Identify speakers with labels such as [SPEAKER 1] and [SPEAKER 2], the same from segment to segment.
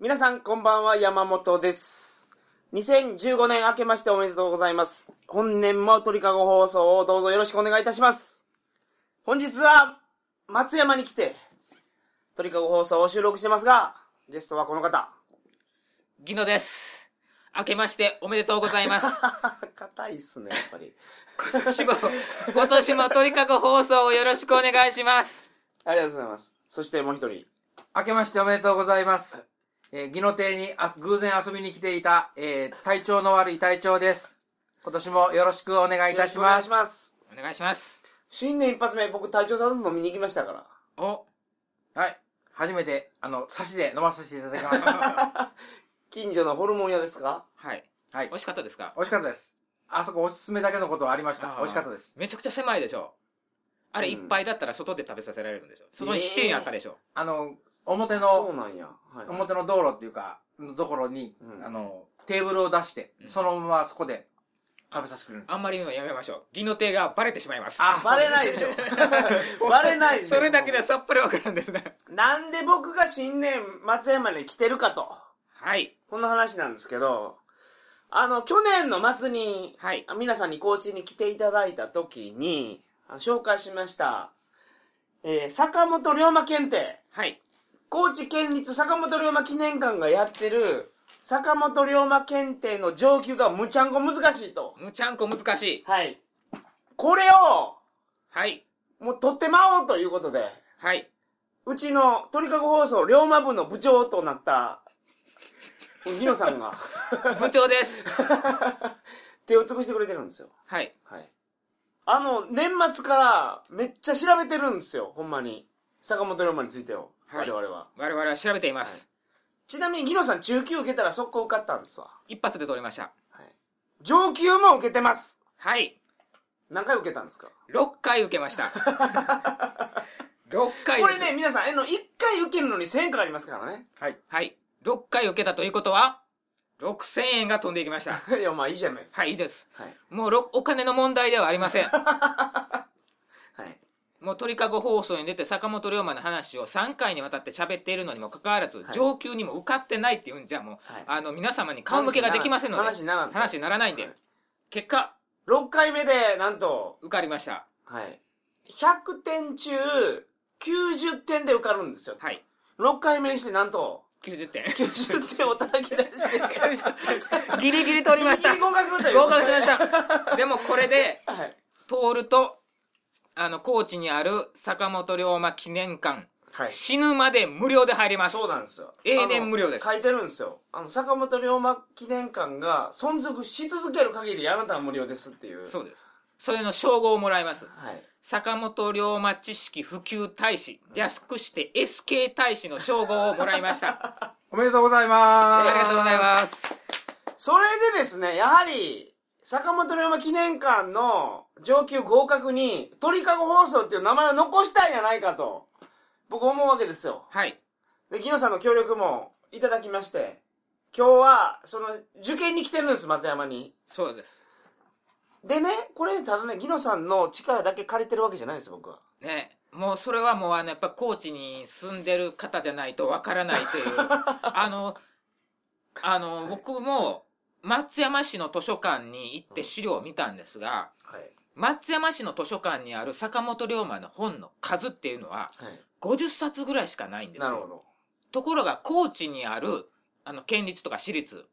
[SPEAKER 1] 皆さんこんばんは山本です2015年明けましておめでとうございます本年も鳥かご放送をどうぞよろしくお願いいたします本日は松山に来て鳥かご放送を収録してますがゲストはこの方
[SPEAKER 2] ギノです。明けましておめでとうございます。
[SPEAKER 1] 硬いっすねやっぱり
[SPEAKER 2] 今年も、今年も鳥かご放送をよろしくお願いします。
[SPEAKER 1] ありがとうございますそしてもう一人
[SPEAKER 3] 明けましておめでとうございます。えー、技能亭にあす偶然遊びに来ていた、えー体調の悪い隊長です。今年もよろしくお願いいたしま
[SPEAKER 1] よろくお願い
[SPEAKER 3] す。
[SPEAKER 1] します
[SPEAKER 2] お願いします。
[SPEAKER 1] 新年一発目僕隊長さんと飲みに行きましたから
[SPEAKER 2] お、
[SPEAKER 3] はい。初めて、あの、差しで飲まさせていただきました。
[SPEAKER 1] 近所のホルモン屋ですか
[SPEAKER 2] はい。
[SPEAKER 3] はい
[SPEAKER 2] 美。味しかったですか
[SPEAKER 3] 美味しかったです。あそこおすすめだけのことはありました。
[SPEAKER 2] あー
[SPEAKER 3] 美味しかったです。
[SPEAKER 2] めちゃくちゃ狭いでしょ。あれ、
[SPEAKER 1] うん
[SPEAKER 2] いっぱいだったら外で食べさせられるんでしょ。その指定にあったでしょ。
[SPEAKER 3] あの、表
[SPEAKER 1] そう
[SPEAKER 3] の、
[SPEAKER 1] なんや、はい
[SPEAKER 3] 表の道路っていうか、のところに、
[SPEAKER 1] うん
[SPEAKER 3] あの、テーブルを出して、
[SPEAKER 2] うん
[SPEAKER 3] そのままそこで食べさせてくれるんです。
[SPEAKER 2] あんまり言うのやめましょう。ギノ亭がバレてしまいます。
[SPEAKER 3] あ
[SPEAKER 1] バレないでしょバレないでしょ
[SPEAKER 2] それだけでさっぱりわからんですね。
[SPEAKER 1] なんで僕が新年松山に来てるかと
[SPEAKER 2] はい。
[SPEAKER 1] この話なんですけどあの去年の末に
[SPEAKER 2] はい。
[SPEAKER 1] 皆さんに高知に来ていただいた時にあの紹介しました、えー坂本龍馬検定
[SPEAKER 2] はい。
[SPEAKER 1] 高知県立坂本龍馬記念館がやってる坂本龍馬検定の上級がむちゃんこ難しいと
[SPEAKER 2] むちゃんこ難しい。
[SPEAKER 1] はいこれを
[SPEAKER 2] はい。
[SPEAKER 1] もう取ってまおうということで
[SPEAKER 2] はい。
[SPEAKER 1] うちの鳥かご放送龍馬部の部長となった、ギノさん が
[SPEAKER 2] 部長です。
[SPEAKER 1] 手を尽くしてくれてるんですよ。
[SPEAKER 2] はい。
[SPEAKER 1] はい。あの、年末からめっちゃ調べてるんですよ、ほんまに。坂本龍馬についてを、
[SPEAKER 2] はい
[SPEAKER 1] 我々は。
[SPEAKER 2] 我々は調べています。
[SPEAKER 1] ちなみにギノさん中級受けたら速攻受かったんですわ。
[SPEAKER 2] 一発で取りました。
[SPEAKER 1] はい。上級も受けてます
[SPEAKER 2] はい。
[SPEAKER 1] 何回受けたんですか
[SPEAKER 2] 6回受け ました。6回
[SPEAKER 1] こ
[SPEAKER 2] です
[SPEAKER 1] れね、。皆さん、あの、1回受けるのに1000円かかりますからね。
[SPEAKER 3] はい。
[SPEAKER 2] はい。6回受けたということは、6000円が飛んでいきまし た。
[SPEAKER 1] いや、まあいいじゃないですか。
[SPEAKER 2] はい、いいです。
[SPEAKER 1] はい。
[SPEAKER 2] もうろお金の問題ではあり ません。
[SPEAKER 1] はい。
[SPEAKER 2] もう鳥かご放送に出て坂本龍馬の話を3回にわたって喋っているのにもかかわらず、
[SPEAKER 1] はい
[SPEAKER 2] 上級にも受かってないっていうんじゃもう、
[SPEAKER 1] はい
[SPEAKER 2] あの皆様に顔向けができませんので、
[SPEAKER 1] 話にならんと
[SPEAKER 2] 話にならないんで、
[SPEAKER 1] はい
[SPEAKER 2] 結果、
[SPEAKER 1] 6回目で、なんと、
[SPEAKER 2] 受かりました。
[SPEAKER 1] はい。100点中、90点で受かるんですよ。
[SPEAKER 2] はい。
[SPEAKER 1] 6回目にして、なんと、
[SPEAKER 2] 90点。
[SPEAKER 1] 90点を叩き出して、
[SPEAKER 2] ギリギリ取りました
[SPEAKER 1] ギリギリ合格という
[SPEAKER 2] 合格しました。でもこれで、
[SPEAKER 1] た。はい。
[SPEAKER 2] 通ると、あの、高知にある坂本龍馬記念館、
[SPEAKER 1] はい。
[SPEAKER 2] 死ぬまで無料で入れます。
[SPEAKER 1] そうなんですよ。
[SPEAKER 2] 永年
[SPEAKER 1] あの
[SPEAKER 2] 無料です
[SPEAKER 1] 書いてるんですよ。あの、坂本龍馬記念館が存続し続ける限りあなたは無料ですっていう。。
[SPEAKER 2] そううです。それの称号をもらいます。
[SPEAKER 1] はい。
[SPEAKER 2] 坂本龍馬知識普及大使、略して SK 大使の称号をもらい ました。
[SPEAKER 3] おめでとうございます。
[SPEAKER 2] ありがとうございます。
[SPEAKER 1] それでですね、やはり、坂本龍馬記念館の上級合格に、鳥かご放送っていう名前を残したいんじゃないかと、僕思うわけですよ。
[SPEAKER 2] はい。
[SPEAKER 1] で、ギノさんの協力もいただきまして、今日は、その、受験に来てるんです、松山に。
[SPEAKER 2] そうです。
[SPEAKER 1] でね、これ、ただね、ギノさんの力だけ借りてるわけじゃないです、僕は。
[SPEAKER 2] ね。もうそれはもうあの、やっぱ高知に住んでる方じゃないとわからない という。あの、あの、僕も松山市の図書館に行って資料を見たんですが、
[SPEAKER 1] はい。
[SPEAKER 2] 松山市の図書館にある坂本龍馬の本の数っていうのは
[SPEAKER 1] はい。
[SPEAKER 2] 50冊ぐらいしかないんですよ
[SPEAKER 1] なるほど。
[SPEAKER 2] ところが高知にあるあの県立とか私立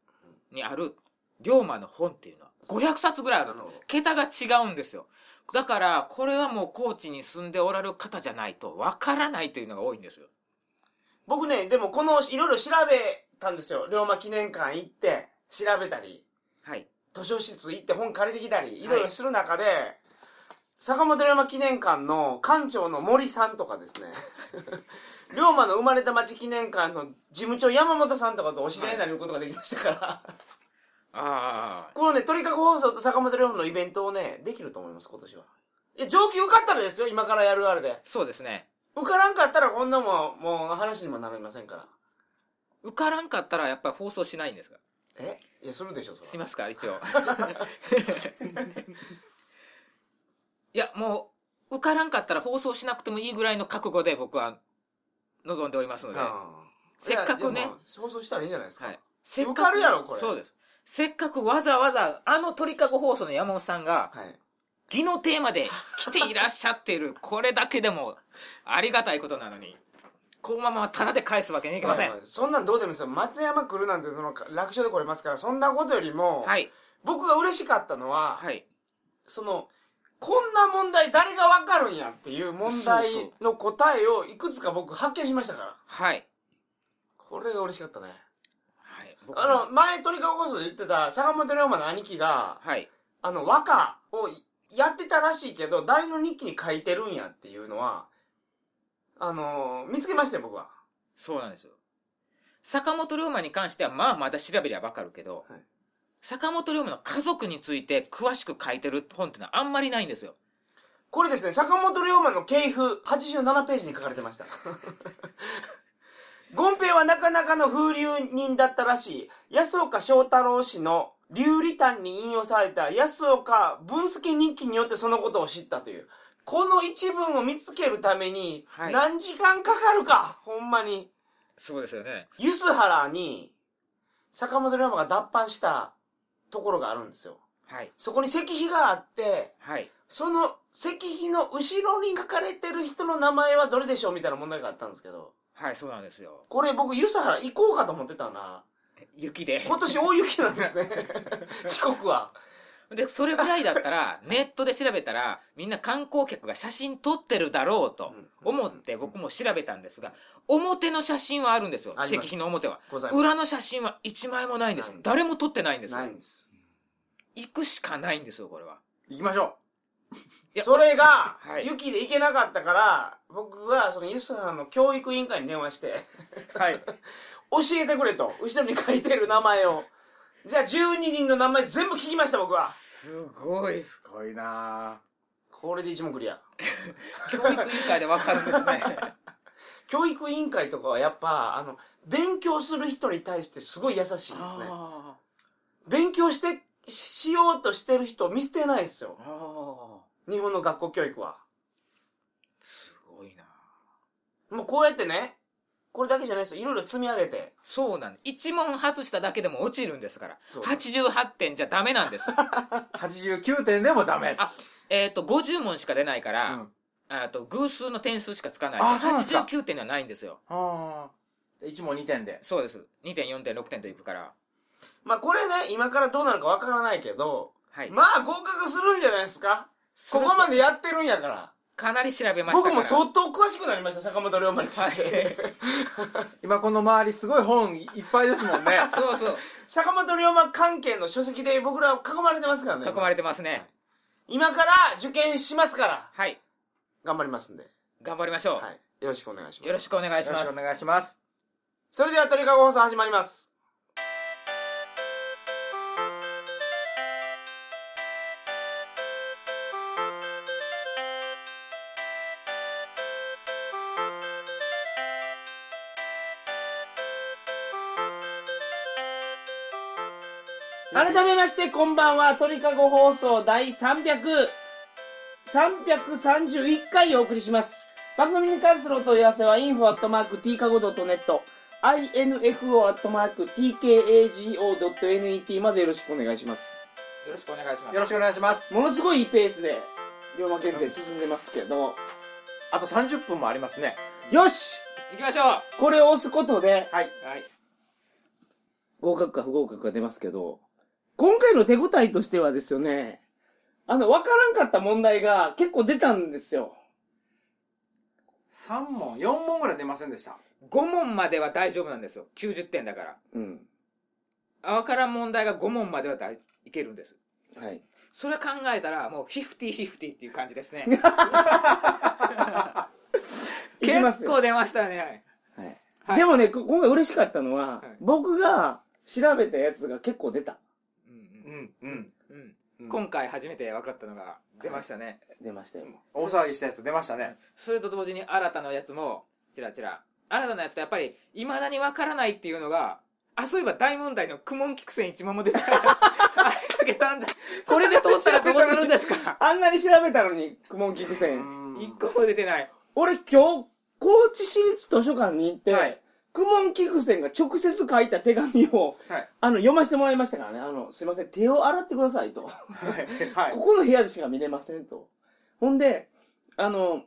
[SPEAKER 2] にある龍馬の本っていうのは500冊ぐらいある
[SPEAKER 1] なるほど
[SPEAKER 2] 桁が違うんですよだからこれはもう高知に住んでおられる方じゃないとわからないというのが多いんですよ
[SPEAKER 1] 僕ね、でもこの、いろいろ調べたんですよ。龍馬記念館行って、調べたり。
[SPEAKER 2] はい
[SPEAKER 1] 図書室行って本借りてきたり、いろいろする中で、坂本龍馬記念館の館長の森さんとか ですね、龍馬の生まれた町記念館の事務長山本さんとかとお知り合いになることができましたから、
[SPEAKER 2] ああ
[SPEAKER 1] このね、鳥かご放送と坂本龍馬のイベントをね、できると思います、今年は。いや、上級受かったらですよ、今からやるあれで。
[SPEAKER 2] そうですね
[SPEAKER 1] 受からんかったらこんなもん、もう話にもなりませんから。
[SPEAKER 2] 受からんかったらやっぱり放送しないんですか
[SPEAKER 1] えいや、するでしょ、そ
[SPEAKER 2] し
[SPEAKER 1] れは。
[SPEAKER 2] ますか一応いやもう受からんかったら放送しなくてもいいぐらいの覚悟で僕は望んでおりますので
[SPEAKER 1] うん
[SPEAKER 2] せっかくね、
[SPEAKER 1] 放送したらいいんじゃないですか。
[SPEAKER 2] はい、せっ
[SPEAKER 1] 受かるやろこれ
[SPEAKER 2] そうですせっかくわざわざあの鳥かご放送の山本さんが
[SPEAKER 1] はい。
[SPEAKER 2] 義のテーマで来ていらっしゃっている これだけでもありがたいことなのにこのままタダで返すわけにいきません
[SPEAKER 1] はいそんなんどうでもいいですよ。松山来るなんて、その、楽勝で来れますから、そんなことよりも、
[SPEAKER 2] はい
[SPEAKER 1] 僕が嬉しかったのは、
[SPEAKER 2] はい
[SPEAKER 1] その、こんな問題誰がわかるんやっていう問題の答えをいくつか僕発見しましたから。
[SPEAKER 2] はい
[SPEAKER 1] これが嬉しかったね。
[SPEAKER 2] はい僕も
[SPEAKER 1] あの、前鳥かご放送で言ってた坂本龍馬の兄貴が、
[SPEAKER 2] はい
[SPEAKER 1] あの、和歌をやってたらしいけど、誰の日記に書いてるんやっていうのは、あのー見つけましたよ、僕は。
[SPEAKER 2] そうなんですよ坂本龍馬に関してはまあまだ調べりゃわかるけど、
[SPEAKER 1] はい
[SPEAKER 2] 坂本龍馬の家族について詳しく書いてる本ってのはあんまりないんですよ
[SPEAKER 1] これですね、坂本龍馬の系譜、87ページに書かれて ました。ゴンペイはなかなかの風流人だったらしい、安岡翔太郎氏の流利譚に引用された安岡文助日記によってそのことを知ったという。この一文を見つけるために
[SPEAKER 2] はい、
[SPEAKER 1] 何時間かかるか、ほんまに。
[SPEAKER 2] そうですよね
[SPEAKER 1] ユスハラに、坂本龍馬が脱藩したところがあるんですよ。
[SPEAKER 2] はい
[SPEAKER 1] そこに石碑があって、
[SPEAKER 2] はい
[SPEAKER 1] その石碑の後ろに書かれてる人の名前はどれでしょうみたいな問題があったんですけど、
[SPEAKER 2] はいそうなんですよ
[SPEAKER 1] これ僕ユスハラ行こうかと思ってたな。
[SPEAKER 2] 雪で
[SPEAKER 1] 今年大雪なん ですね。四国は。
[SPEAKER 2] で、それぐらいだった ら、ネットで調べたら、みんな観光客が写真撮ってるだろうと思って僕も調べたんですが、表の写真はあるんですよ。
[SPEAKER 1] あり
[SPEAKER 2] 石
[SPEAKER 1] ます
[SPEAKER 2] 碑の表は。
[SPEAKER 1] ございます。
[SPEAKER 2] 裏の写真は一枚もないんです
[SPEAKER 1] ないんです
[SPEAKER 2] 誰も撮ってないんですよ
[SPEAKER 1] ないんです。
[SPEAKER 2] 行くしかないんですよ、これは。
[SPEAKER 3] 行きましょ
[SPEAKER 2] いや
[SPEAKER 1] それが
[SPEAKER 2] はい、
[SPEAKER 1] 雪で行けなかったから、僕はそのユスハラの教育委員会に電話して、
[SPEAKER 3] う。はい。
[SPEAKER 1] 教えてくれと。後ろに書いてる名前を。じゃあ12人の名前全部聞きました、僕は。
[SPEAKER 2] すごい。
[SPEAKER 3] すごいな
[SPEAKER 1] これで一問クリア。
[SPEAKER 2] 教育委員会でわかるんですね。
[SPEAKER 1] 教育委員会とかはやっぱ、あの、勉強する人に対してすごい優しいんですね。
[SPEAKER 2] あ
[SPEAKER 1] 勉強して、しようとしてる人を見捨てないですよ
[SPEAKER 2] ー。あ
[SPEAKER 1] 日本の学校教育は。
[SPEAKER 2] ー。すごいな。
[SPEAKER 1] もうこうやってね、これだけじゃないですよ。いろいろ積み上げて。
[SPEAKER 2] そうなんです。一問外しただけでも落ちるんですから。
[SPEAKER 1] そう
[SPEAKER 2] 88点じゃダメなんです。
[SPEAKER 3] 89点でもダメ。
[SPEAKER 2] あえっと、50問しか出ないか
[SPEAKER 3] う
[SPEAKER 2] ら、
[SPEAKER 3] ん。
[SPEAKER 2] あと偶数の点数しかつかない
[SPEAKER 3] あそうなんですか
[SPEAKER 2] 89点ではないんですよ
[SPEAKER 3] ああ。1問2点で。
[SPEAKER 2] そうです2点4点6点といくから
[SPEAKER 1] まあこれね、今からどうなるかわからないけど、
[SPEAKER 2] はい、
[SPEAKER 1] まあ合格するんじゃないですかここまでやってるんやから。
[SPEAKER 2] かなり調べましたから
[SPEAKER 1] 僕も相当詳しくなりました、坂本龍馬について。
[SPEAKER 3] 今この周りすごい本いっぱいですもんね。
[SPEAKER 2] そうそう
[SPEAKER 1] 坂本龍馬関係の書籍で僕ら囲まれてますからね。
[SPEAKER 2] 囲まれてますね
[SPEAKER 1] 今から受験しますから、
[SPEAKER 2] はい
[SPEAKER 1] 頑張りますんで。
[SPEAKER 2] 頑張りましょう、
[SPEAKER 1] はい。よろしくお願いします。
[SPEAKER 2] よろし くお願いし
[SPEAKER 3] よ
[SPEAKER 2] ま
[SPEAKER 3] ろし
[SPEAKER 2] す
[SPEAKER 3] くお願いします。
[SPEAKER 1] それでは鳥かご放送始まります。改めまして、こんばんは。鳥かご放送第300、331回お送りします。番組に関するお問い合わせは info.tkago.net info.tkago.net までよろしくお願いします。
[SPEAKER 2] よろしくお願いします
[SPEAKER 3] よろしくお願いします。
[SPEAKER 1] ものすごいいいペースで、龍馬検定進んでますけど、
[SPEAKER 3] あと30分もありますね。
[SPEAKER 1] よし
[SPEAKER 2] 行きましょうは
[SPEAKER 1] これを押すことで、
[SPEAKER 3] はい。
[SPEAKER 2] い
[SPEAKER 1] 合格か不合格が出ますけど、今回の手応えとしてはですよね、あの、わからんかった問題が結構出たんですよ。
[SPEAKER 3] 3問、4問ぐらい出ませんでした。
[SPEAKER 2] 5問までは大丈夫なんですよ90点だから
[SPEAKER 1] うん。
[SPEAKER 2] あわからん問題が5問までは大いけるんです
[SPEAKER 1] はい。
[SPEAKER 2] それ考えたらもう50-50っていう感じですね
[SPEAKER 1] いきます
[SPEAKER 2] 結
[SPEAKER 1] よ
[SPEAKER 2] 構出ましたね
[SPEAKER 1] はい
[SPEAKER 2] はい
[SPEAKER 1] でもね、こ今回嬉しかったのは、
[SPEAKER 2] はい
[SPEAKER 1] 僕が調べたやつが結構出た。
[SPEAKER 2] うん
[SPEAKER 3] ん、うん。
[SPEAKER 2] うんうん
[SPEAKER 3] うん
[SPEAKER 2] 今回初めて分かったのが出ましたね、
[SPEAKER 1] 出ましたよ。
[SPEAKER 3] 大騒ぎしたやつ出ましたね。
[SPEAKER 2] それと同時に新たなやつもチラチラ新たなやつってやっぱりいまだに分からないっていうのがあそういえば大問題の苦悶菊線1問も出てないあれだけ散々これで通ったらどうするんですか
[SPEAKER 1] あんなに調べたのに、苦悶聞くせん。
[SPEAKER 2] 一個も出てない
[SPEAKER 1] 俺今日、高知市立図書館に行って、
[SPEAKER 3] はい
[SPEAKER 1] クモンキフセンが直接書いた手紙を、
[SPEAKER 4] はい
[SPEAKER 1] あの、読ませてもらいましたからね。あの、すいません、手を洗ってくださいと。
[SPEAKER 4] は
[SPEAKER 1] ここの部屋でしか見れませんと。ほんで、あの、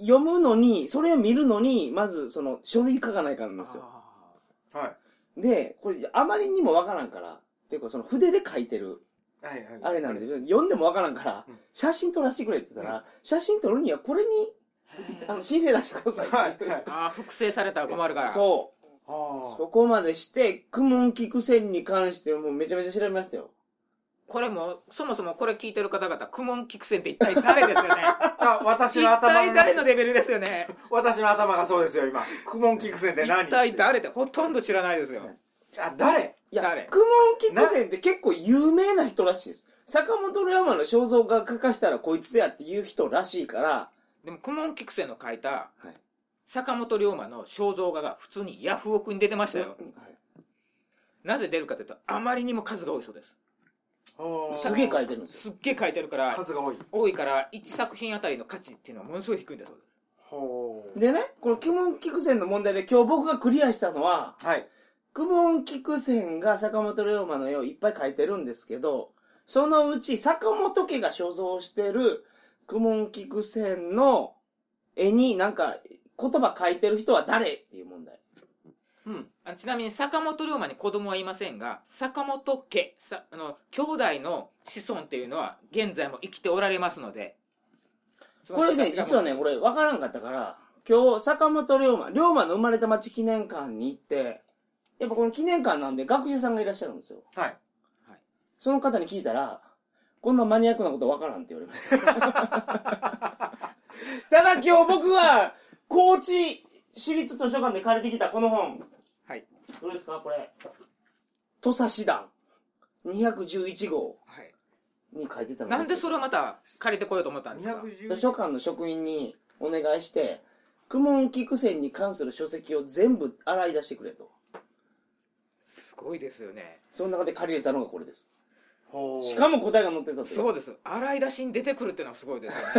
[SPEAKER 1] 読むのに、それを見るのに、まず、その、書類書かないからなんですよ。
[SPEAKER 4] い。はい。
[SPEAKER 1] で、これ、あまりにもわからんから、っていうか、その、筆で書いてる、
[SPEAKER 4] はいはい。
[SPEAKER 1] あれなんで、読んでもわからんから
[SPEAKER 4] うん、
[SPEAKER 1] 写真撮らせてくれって言ったら、写真撮るには、これに、あの、申請出してくださいって。
[SPEAKER 4] はい はい。
[SPEAKER 2] ああ複製されたら困るから
[SPEAKER 1] そう。
[SPEAKER 4] あ
[SPEAKER 1] そこまでして、クモンキクセンに関してはもうめちゃめちゃ調べましたよ。
[SPEAKER 2] これもそもそもこれ聞いてる方々クモンキクセンって一体誰です よね
[SPEAKER 4] あ。私
[SPEAKER 2] 一
[SPEAKER 4] の頭の
[SPEAKER 2] 体誰
[SPEAKER 4] 中
[SPEAKER 2] のレベルですよね
[SPEAKER 4] 私の頭がそうですよ、今。クモンキクセンって何
[SPEAKER 2] 一体誰ってほとんど知らないですよ
[SPEAKER 4] あ、誰
[SPEAKER 1] いや
[SPEAKER 2] 誰、
[SPEAKER 1] クモンキクセンって結構有名な人らしいです。坂本龍馬の肖像画書かしたらこいつやっていう人らしいから、
[SPEAKER 2] でもクモンキクセンの書いた
[SPEAKER 1] はい
[SPEAKER 2] 坂本龍馬の肖像画が普通にヤフオクに出てましたよなぜ出るかというとあまりにも数が多いそうです
[SPEAKER 1] すげえ書いてるんですよ。
[SPEAKER 2] すっげえ書いてるから
[SPEAKER 4] 数が多い。
[SPEAKER 2] 多いから1作品あたりの価値っていうのはものすごい低いんだそうです
[SPEAKER 4] ほう。
[SPEAKER 1] でね、このクモンキクセンの問題で今日僕がクリアしたのは、
[SPEAKER 4] はい。
[SPEAKER 1] クモンキクセンが坂本龍馬の絵をいっぱい描いてるんですけど、そのうち坂本家が所蔵してるクモンキクセンの絵になんか言葉書いてる人は誰っていう問題。
[SPEAKER 4] うん。
[SPEAKER 2] あのちなみに坂本龍馬に子供はいませんが坂本家さあの兄弟の子孫っていうのは現在も生きておられますので
[SPEAKER 1] これね、実はね、俺分からんかったから、今日坂本龍馬、龍馬の生まれた町記念館に行って、やっぱこの記念館なんで学者さんがいらっしゃるんですよ。
[SPEAKER 4] はい。
[SPEAKER 1] その方に聞いたら、こんなマニアックなことわからんって言われました。 ただ今日僕は、高知市立図書館で借りてきたこの本。
[SPEAKER 2] はい。
[SPEAKER 1] どうですかこれ。土佐師団211号
[SPEAKER 2] はい
[SPEAKER 1] に書いてたの
[SPEAKER 2] なんでそれをまた借りてこようと思ったんですか
[SPEAKER 4] 210
[SPEAKER 1] 図書館の職員にお願いして、クモンキクセンに関する書籍を全部洗い出してくれと。
[SPEAKER 2] すごいですよね
[SPEAKER 1] その中で借りれたのがこれです。
[SPEAKER 4] ほう。
[SPEAKER 1] しかも答えが載ってたという。
[SPEAKER 2] そうです洗い出しに出てくるっていうのはすごいですよね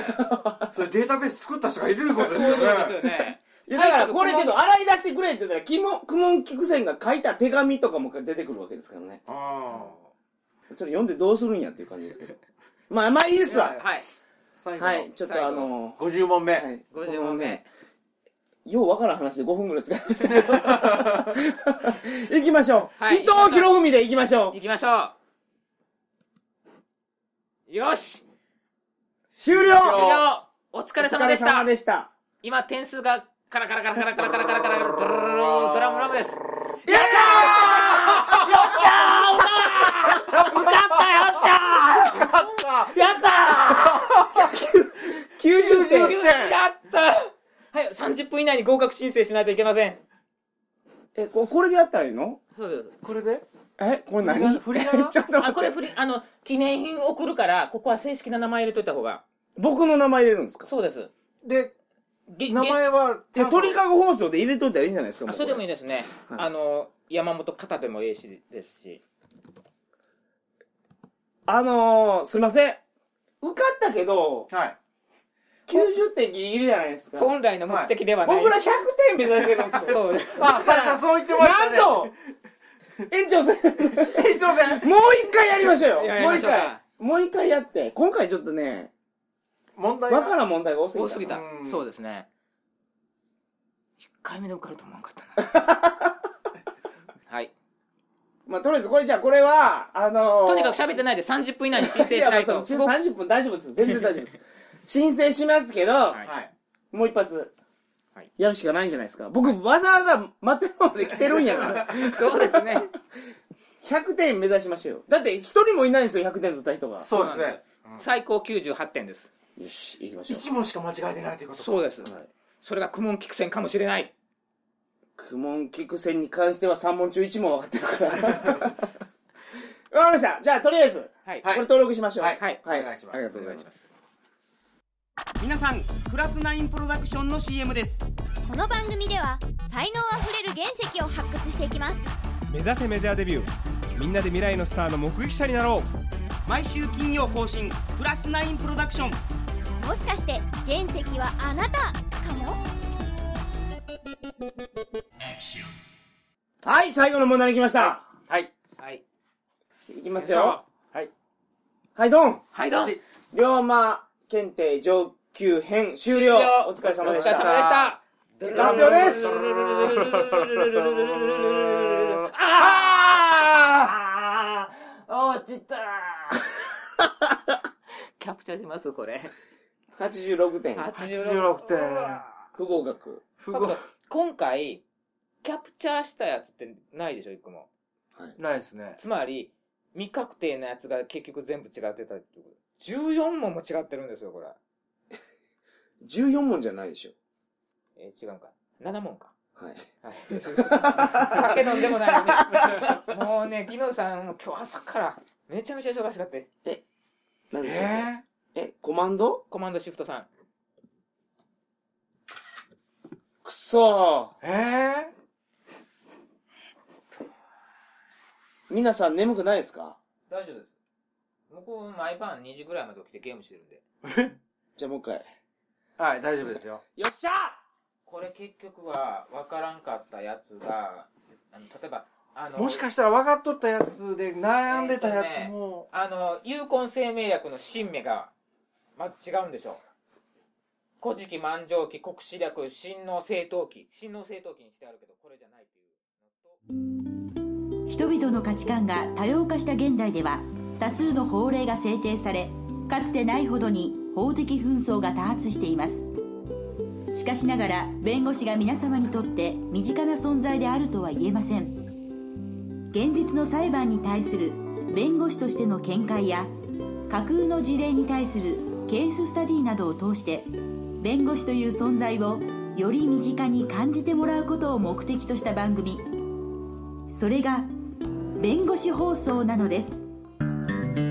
[SPEAKER 4] それデータベース作った人がいるってこと
[SPEAKER 2] そう
[SPEAKER 4] で
[SPEAKER 2] です
[SPEAKER 4] よ
[SPEAKER 2] す
[SPEAKER 4] ね。
[SPEAKER 2] よね
[SPEAKER 1] いやだからこれけど洗い出してくれって言ったらキモクモンキクセンが書いた手紙とかも出てくるわけですからね
[SPEAKER 4] ああ。
[SPEAKER 1] それ読んでどうするんやっていう感じですけどまあまあいいですわ
[SPEAKER 2] はい
[SPEAKER 4] 最後の。
[SPEAKER 1] はいちょっとあの
[SPEAKER 4] 50問目。
[SPEAKER 1] はい
[SPEAKER 2] 50問目
[SPEAKER 1] ようわからん話で5分ぐらい使いましたけど 行きましょう、
[SPEAKER 2] はい
[SPEAKER 1] 伊藤博文で行きましょう
[SPEAKER 2] いきましょうよし
[SPEAKER 1] 終了
[SPEAKER 2] 終了お疲
[SPEAKER 1] お
[SPEAKER 2] れ様でした
[SPEAKER 1] でした
[SPEAKER 2] 今点数がカラカラカラカラカラカラカラカラドロロロドラムラムですよ
[SPEAKER 1] や
[SPEAKER 2] っしゃー歌った歌ったよっしゃ
[SPEAKER 1] ー90
[SPEAKER 2] ーやったー
[SPEAKER 1] 点
[SPEAKER 2] やったはい30分以内に合格申請しないといけません
[SPEAKER 1] えここれでやったらいいの
[SPEAKER 2] そうです
[SPEAKER 4] これで
[SPEAKER 1] えこれ何
[SPEAKER 4] 振り仮名
[SPEAKER 1] ちょっと待って
[SPEAKER 2] あこれふりあの記念品送るからここは正式な名前入れといた方が
[SPEAKER 1] 僕の名前入れるんですか
[SPEAKER 2] そうです
[SPEAKER 4] で、
[SPEAKER 2] げ
[SPEAKER 4] 名前は、
[SPEAKER 1] じゃあ鳥かご放送で入れといたらいいんじゃないですか
[SPEAKER 2] あそれでもいいですね、
[SPEAKER 1] はい
[SPEAKER 2] あの山本肩でもいいしですし
[SPEAKER 1] あのー、すいません。受かったけど、
[SPEAKER 4] はい。
[SPEAKER 1] 90点ギリギリじゃないですか。
[SPEAKER 2] 本来の目的ではない、
[SPEAKER 1] 僕ら100点目指してるん ですよ。
[SPEAKER 4] あ、最初はそう言ってました
[SPEAKER 1] なん
[SPEAKER 4] ね。
[SPEAKER 1] と、延長戦。
[SPEAKER 4] 延長戦
[SPEAKER 1] もう一回やりましょうよ。
[SPEAKER 2] やり
[SPEAKER 1] もう
[SPEAKER 2] ま
[SPEAKER 1] 一
[SPEAKER 2] しょうか
[SPEAKER 1] 回。もう一回やって。今回ちょっとね、
[SPEAKER 4] 問題
[SPEAKER 1] わ
[SPEAKER 4] は
[SPEAKER 1] からん問題が多すぎた。
[SPEAKER 2] 多すぎた
[SPEAKER 4] うん
[SPEAKER 2] そうですね1回目で受かると思わんかったな はい
[SPEAKER 1] まあ、とりあえずこれじゃあ、これは、あのー、
[SPEAKER 2] とにかく喋ってないで30分以内に申請
[SPEAKER 1] い
[SPEAKER 2] し
[SPEAKER 1] やま
[SPEAKER 2] な
[SPEAKER 1] あ
[SPEAKER 2] い
[SPEAKER 1] そ
[SPEAKER 2] と
[SPEAKER 1] の30分大丈夫ですよ。全然大丈夫です。申請しますけど、
[SPEAKER 2] はい
[SPEAKER 4] はい。
[SPEAKER 1] もう一発
[SPEAKER 2] はい。
[SPEAKER 1] やるしかないんじゃないですか。僕、わざわざ松山まで来てるんやから。
[SPEAKER 2] そうですね
[SPEAKER 1] 100点目指しましょうよだって一人もいないんですよ100点取った人が
[SPEAKER 4] そうですね。
[SPEAKER 2] 最高98点です
[SPEAKER 1] よし行きましょう
[SPEAKER 4] 一問しか間違えてないということ。
[SPEAKER 2] そうです、
[SPEAKER 1] はい
[SPEAKER 2] それが苦悶菊戦かもしれない
[SPEAKER 1] クモンキクセンに関しては3問中1問分かってるから わかりましたじゃあとりあえず
[SPEAKER 2] はい、
[SPEAKER 1] これ登録しましょう
[SPEAKER 4] はい
[SPEAKER 2] はい
[SPEAKER 1] は
[SPEAKER 4] お願いします
[SPEAKER 1] ありがとうございます
[SPEAKER 5] 皆さんクラスナインプロダクションの CM です
[SPEAKER 6] この番組では才能あふれる原石を発掘していきます
[SPEAKER 7] 目指せメジャーデビューみんなで未来のスターの目撃者になろう
[SPEAKER 5] 毎週金曜更新クラスナインプロダクション
[SPEAKER 6] もしかして原石はあなたかも
[SPEAKER 1] はい、最後の問題に来ました。
[SPEAKER 4] はい。
[SPEAKER 2] はい。
[SPEAKER 1] いきますよ。
[SPEAKER 4] はい。
[SPEAKER 1] はい、ドン
[SPEAKER 2] はい、どうも。
[SPEAKER 1] 龍馬検定上級編終了。お疲れ様でした。
[SPEAKER 2] お疲れ様でした。
[SPEAKER 1] 結果発表です
[SPEAKER 2] ああ落ちたキャプチャーしますこれ。
[SPEAKER 1] 86点。
[SPEAKER 2] 86
[SPEAKER 4] 点
[SPEAKER 1] 不合格。
[SPEAKER 4] 不合
[SPEAKER 2] 今回、キャプチャーしたやつってないでしょ、一個も。
[SPEAKER 4] ないですね。
[SPEAKER 2] つまり、未確定なやつが結局全部違ってたってこと。14問も違ってるんですよ、これ。
[SPEAKER 1] 14問じゃないでしょ。
[SPEAKER 2] えー違うんか。7問か。
[SPEAKER 1] はい。
[SPEAKER 2] はい 酒飲んでもない のに。もうね、ギノさん、今日朝からめちゃめちゃ忙しかった。
[SPEAKER 1] 何
[SPEAKER 4] え
[SPEAKER 1] でしたっ
[SPEAKER 4] ー
[SPEAKER 1] けえ、コマンド
[SPEAKER 2] コマンドシフトさん。
[SPEAKER 1] くそ
[SPEAKER 4] えー
[SPEAKER 1] ー。皆さん眠くないですか
[SPEAKER 2] 大丈夫です。僕、毎晩2時ぐらいまで起きてゲームしてるんで。
[SPEAKER 1] じゃあもう一回。
[SPEAKER 4] はい、大丈夫ですよ。
[SPEAKER 1] よっしゃ
[SPEAKER 2] これ結局は、わからんかったやつが、あの、例えば、あの、
[SPEAKER 4] もしかしたら分かっとったやつで悩んでたやつも、
[SPEAKER 2] あの、有根生命薬の新芽が、まず違うんでしょう。古事記万丈記、国史略、新脳正当記。新脳正当記にしてあるけど、これじゃないっていうのと。
[SPEAKER 8] 人々の価値観が多様化した現代では多数の法令が制定されかつてないほどに法的紛争が多発していますしかしながら弁護士が皆様にとって身近な存在であるとは言えません現実の裁判に対する弁護士としての見解や架空の事例に対するケーススタディなどを通して弁護士という存在をより身近に感じてもらうことを目的とした番組それが弁護士放送なのです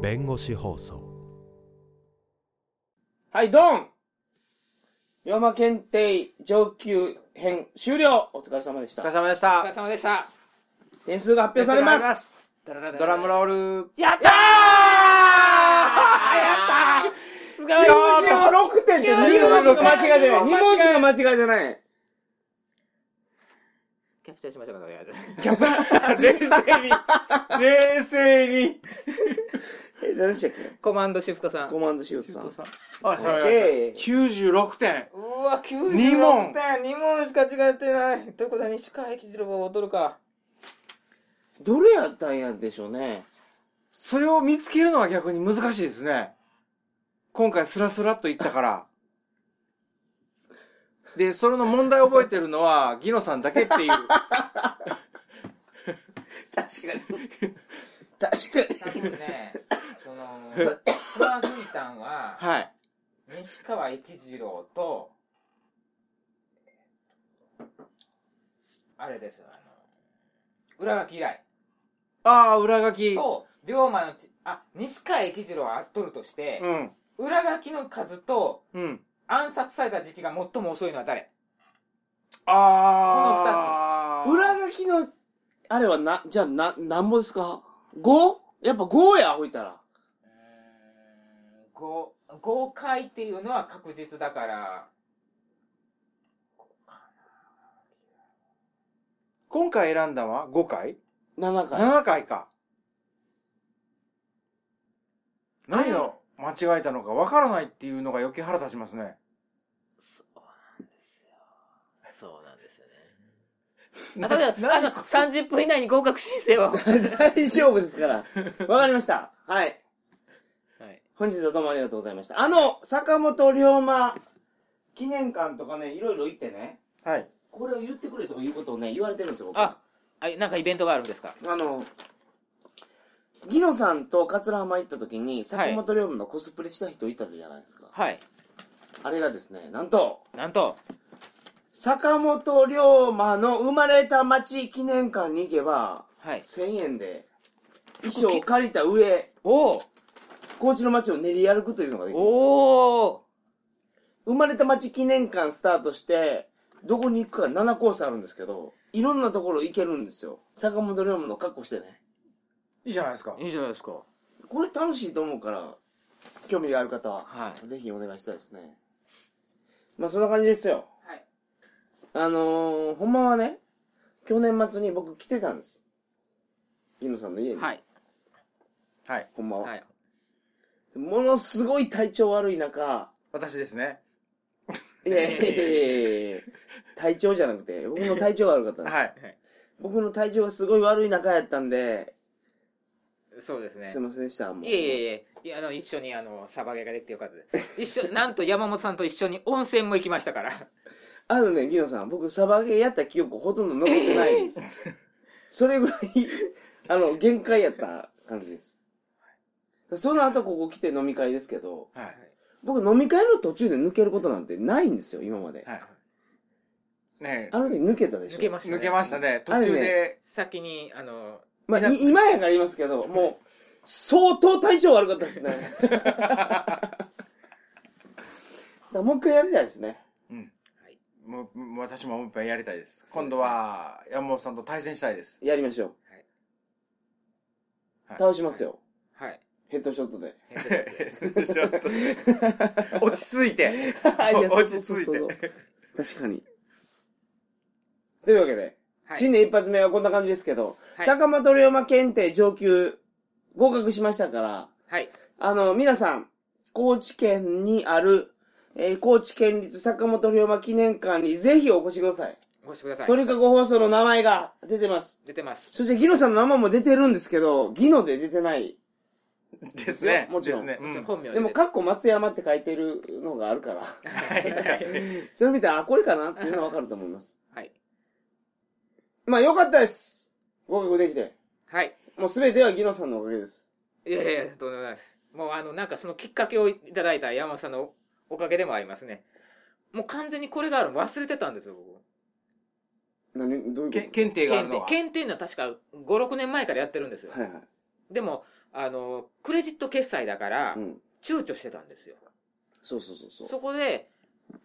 [SPEAKER 7] 弁護士放送
[SPEAKER 1] はい、ドン龍馬検定上級編終了お疲れ様でし
[SPEAKER 3] お疲れ
[SPEAKER 1] た。
[SPEAKER 3] 様でし
[SPEAKER 2] お疲れ
[SPEAKER 3] た。
[SPEAKER 2] 様でした。
[SPEAKER 1] 点数が発表され
[SPEAKER 3] あ
[SPEAKER 1] ま
[SPEAKER 3] りがとうございますす。ドラムロール。
[SPEAKER 2] やったーやったー
[SPEAKER 1] 96点って2文字の間違いでない。2文字の間違いでない。
[SPEAKER 2] キャプチャーしましょうか、とりあえず。
[SPEAKER 3] 冷静に。冷静に。
[SPEAKER 1] え、何でしたっけ
[SPEAKER 2] コマンドシフトさん。
[SPEAKER 1] コマンドシュートさん。
[SPEAKER 4] あ、そ
[SPEAKER 1] ええ
[SPEAKER 4] 96点。
[SPEAKER 2] うわ、96点。
[SPEAKER 4] 二問
[SPEAKER 2] 2問しか違ってない。ということは西川駅次郎は踊るか。
[SPEAKER 1] どれやったんやでしょうね。
[SPEAKER 4] それを見つけるのは逆に難しいですね。今回スラスラっと言ったから。で、それの問題を覚えてるのは、ギノさんだけっていう。
[SPEAKER 1] 確かに。確かに。
[SPEAKER 2] 多分ね、その、スマフータンは、
[SPEAKER 4] はい。
[SPEAKER 2] 西川幸次郎と、あれですよ、あの、裏垣以来
[SPEAKER 4] ああ、裏書き。
[SPEAKER 2] と、龍馬のち、あ、西川幸次郎はあっとるとして、
[SPEAKER 4] うん。
[SPEAKER 2] 裏垣の数と
[SPEAKER 4] うん。
[SPEAKER 2] 暗殺された時期が最も遅いのは誰
[SPEAKER 4] ああ。
[SPEAKER 1] 裏書きの、あれはな、じゃあな、なんぼですか ?5? やっぱ5や、ほいたら。
[SPEAKER 2] 五五回っていうのは確実だから、
[SPEAKER 4] 今回選んだのは5回
[SPEAKER 1] 7回。
[SPEAKER 4] ?7 回か。何を間違えたのかわからないっていうのが余計腹立ちますね。
[SPEAKER 2] そうなんですよね。あ、例えば、あの、30分以内に合格申 請を。
[SPEAKER 1] 大丈夫ですから。わかりました。はい。
[SPEAKER 2] はい。
[SPEAKER 1] 本日はどうもありがとうございました。あの、坂本龍馬記念館とかね、いろいろ行ってね、
[SPEAKER 4] はい。
[SPEAKER 1] これを言ってくれとかいうことをね、言われてるんですよ、僕。
[SPEAKER 2] あ、はい、なんかイベントがあるんですか
[SPEAKER 1] あの、ギノさんと桂浜行った時に、坂本龍馬のコスプレした人いたじゃないですか。
[SPEAKER 2] はい。
[SPEAKER 1] あれがですね、なんと、
[SPEAKER 2] なんと、
[SPEAKER 1] 坂本龍馬の生まれた町記念館に行けば、
[SPEAKER 2] はい。
[SPEAKER 1] 1000円で衣装を借りた上、
[SPEAKER 2] おー
[SPEAKER 1] 高知の町を練り歩くというのができる。
[SPEAKER 2] おー
[SPEAKER 1] 生まれた町記念館スタートして、どこに行くか7コースあるんですけど、いろんなところ行けるんですよ。坂本龍馬の格好してね。
[SPEAKER 4] いいじゃないですか。
[SPEAKER 2] いいじゃないですか。
[SPEAKER 1] これ楽しいと思うから、興味がある方は、
[SPEAKER 2] は
[SPEAKER 1] ぜひお願いしたいですね。まあそんな感じですよ。あのー、ほんまはね、去年末に僕来てたんです。ギノさんの家に。
[SPEAKER 2] はい。
[SPEAKER 3] はい。
[SPEAKER 1] ほんまは、
[SPEAKER 2] はい。
[SPEAKER 1] ものすごい体調悪い 中、
[SPEAKER 3] 私ですね。
[SPEAKER 1] いやいやいやいやいや体調じゃなくて、僕の体調が悪かったんです。
[SPEAKER 3] はい。
[SPEAKER 1] 僕の体調がすごい悪い中やったんで、
[SPEAKER 2] そうですね。
[SPEAKER 1] すいませんでした。もう
[SPEAKER 2] いえいえいえ、いやあの一緒にあのサバゲーができてよかったです。 一緒なんと山本さんと一緒に温泉も行きましたから。
[SPEAKER 1] あのね、ギノさん、僕サバゲーやった記憶ほとんど残ってない んですよ。それぐらい、あの、限界やった感じです。その後ここ来て飲み会ですけど、
[SPEAKER 3] はい。
[SPEAKER 1] 僕飲み会の途中で抜けることなんてないんですよ、今まで。
[SPEAKER 3] はい。ね
[SPEAKER 1] あの時抜けたでしょ。
[SPEAKER 2] 抜けました、ね。
[SPEAKER 3] 抜けましたね。途
[SPEAKER 1] あれね
[SPEAKER 3] 中で、
[SPEAKER 2] 先にあの
[SPEAKER 1] まあ、い今やから言いますけど、もう、相当体調悪かったですね。 だからもう一回やりたいですね。
[SPEAKER 3] うん。もう、もう私ももう一杯やりたいです。今度は、山本さんと対戦したいです。
[SPEAKER 1] やりましょう。
[SPEAKER 3] はい
[SPEAKER 1] 倒しますよ。
[SPEAKER 2] はい。
[SPEAKER 1] ヘッドショット で。
[SPEAKER 3] ちょっと落ち着い て。
[SPEAKER 1] いや
[SPEAKER 3] 落ち着いて。
[SPEAKER 1] 確かに。というわけで、
[SPEAKER 2] はい
[SPEAKER 1] 新年一発目はこんな感じですけど、
[SPEAKER 2] はい
[SPEAKER 1] 坂本龍馬検定上級合格しましたから、
[SPEAKER 2] はい。
[SPEAKER 1] あの、皆さん、高知県にある、えー高知県立坂本龍馬記念館にぜひお越しください。
[SPEAKER 2] ごしてください。
[SPEAKER 1] 鳥かご放送の名前が出てます。
[SPEAKER 2] 出てます。
[SPEAKER 1] そしてギノさんの名前も出てるんですけど、ギノで出てない。
[SPEAKER 3] ですね。
[SPEAKER 1] もちろん
[SPEAKER 3] ですねうん
[SPEAKER 2] 本名
[SPEAKER 1] でも、
[SPEAKER 2] か
[SPEAKER 1] かっこ松山って書いてるのがあるから、
[SPEAKER 2] はい。
[SPEAKER 1] それ見たら、あ、これかなっていうのはわかると思います。
[SPEAKER 2] はい。
[SPEAKER 1] まあ、よかったです。合格できて。
[SPEAKER 2] はい。
[SPEAKER 1] もうすべてはギノさんのおかげです。
[SPEAKER 2] いやいやとんでもないです。もうあのなんかそのきっかけをいただいた山本さんのおかげでもありますね。もう完全にこれがあるの忘れてたんですよ。僕
[SPEAKER 1] 何、どういうこ
[SPEAKER 3] け検定があ
[SPEAKER 2] 検
[SPEAKER 3] るの
[SPEAKER 2] 定
[SPEAKER 3] は。
[SPEAKER 2] 検定の確か5、6年前からやってるんですよ
[SPEAKER 1] と。はいはい。
[SPEAKER 2] でも、あの、クレジット決済だから
[SPEAKER 1] う、ん。
[SPEAKER 2] 躊躇してたんですよ。
[SPEAKER 1] そうそうそうそう。
[SPEAKER 2] そこで、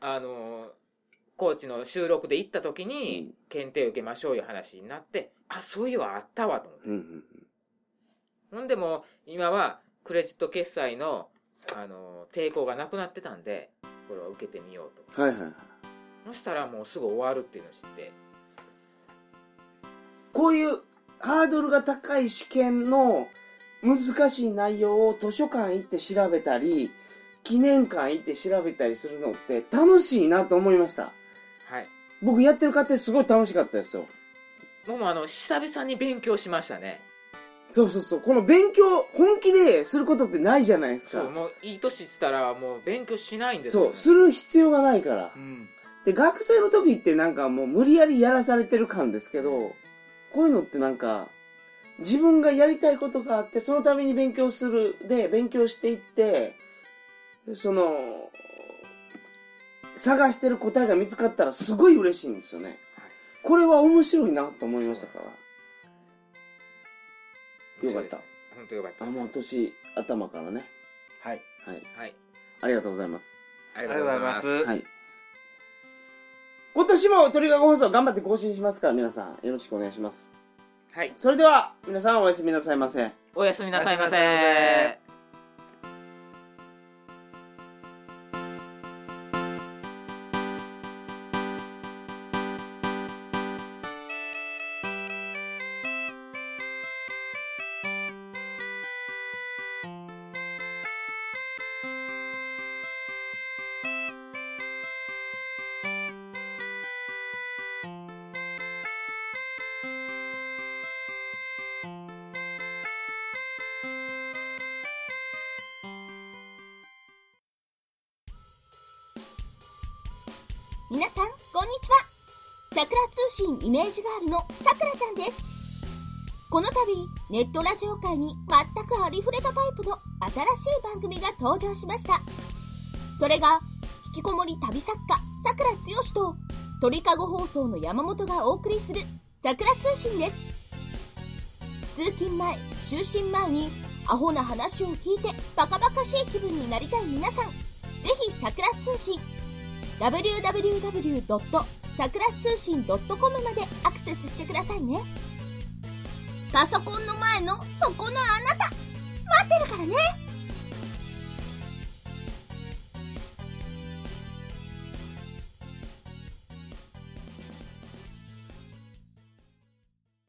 [SPEAKER 2] あの、コーチの収録で行った時に、検定受けましょういう話になって、あ、そういえばあったわと思って。
[SPEAKER 1] うんうん
[SPEAKER 2] ほんでもう、今は、クレジット決済の、あの、抵抗がなくなってたんで、これを受けてみようと。
[SPEAKER 1] うん。はいはいはい。
[SPEAKER 2] そしたらもうすぐ終わるっていうのを知って、
[SPEAKER 1] こういうハードルが高い試験の難しい内容を図書館行って調べたり、記念館行って調べたりするのって楽しいなと思いました。
[SPEAKER 2] はい。
[SPEAKER 1] 僕やってる過程すごい楽しかったですよ。
[SPEAKER 2] もうあの、久々に勉強しましたね。
[SPEAKER 1] そうそうそう。この勉強、本気ですることってないじゃないですか
[SPEAKER 2] そう、。もういい年したらもう勉強しないんですよ、
[SPEAKER 1] そう、する必要がないから
[SPEAKER 3] う。ん。
[SPEAKER 1] で、学生の時ってなんかもう無理やりやらされてる感ですけど、こういうのってなんか、自分がやりたいことがあって、そのために勉強する、で、勉強していって、その、探してる答えが見つかったらすごい嬉しいんですよね。これは面白いなと思いましたから。よかった。
[SPEAKER 2] 本当よかった。
[SPEAKER 1] あ、もう年頭からね。
[SPEAKER 3] はい。
[SPEAKER 1] はい。
[SPEAKER 2] はい。
[SPEAKER 1] ありがとうございます。
[SPEAKER 2] あ
[SPEAKER 3] あ
[SPEAKER 2] り
[SPEAKER 3] り
[SPEAKER 2] が
[SPEAKER 3] が
[SPEAKER 2] と
[SPEAKER 3] と
[SPEAKER 2] う
[SPEAKER 3] う
[SPEAKER 2] ござい
[SPEAKER 3] ござ
[SPEAKER 2] ま。
[SPEAKER 3] いますす。
[SPEAKER 1] はい。今年も鳥かご放送頑張って更新しますから、皆さんよろしくお願いします。
[SPEAKER 2] はい。
[SPEAKER 1] それでは、皆さんおやすみなさいませ。
[SPEAKER 2] おやすみなさいま
[SPEAKER 3] おやすみなさい
[SPEAKER 2] せ
[SPEAKER 3] ま。
[SPEAKER 9] 皆さんこんにちはさくら通信イメージガールのさくらちゃんですこの度ネットラジオ界に全くありふれたタイプの新しい番組が登場しましたそれが引きこもり旅作家さくらつよしと鳥かご放送の山本がお送りするさくら通信です通勤前就寝前にアホな話を聞いてバカバカしい気分になりたい皆さんぜひさくら通信 www. さくら通信 .com までアクセスしてくださいねパソコンの前のそこのあなた待ってるからね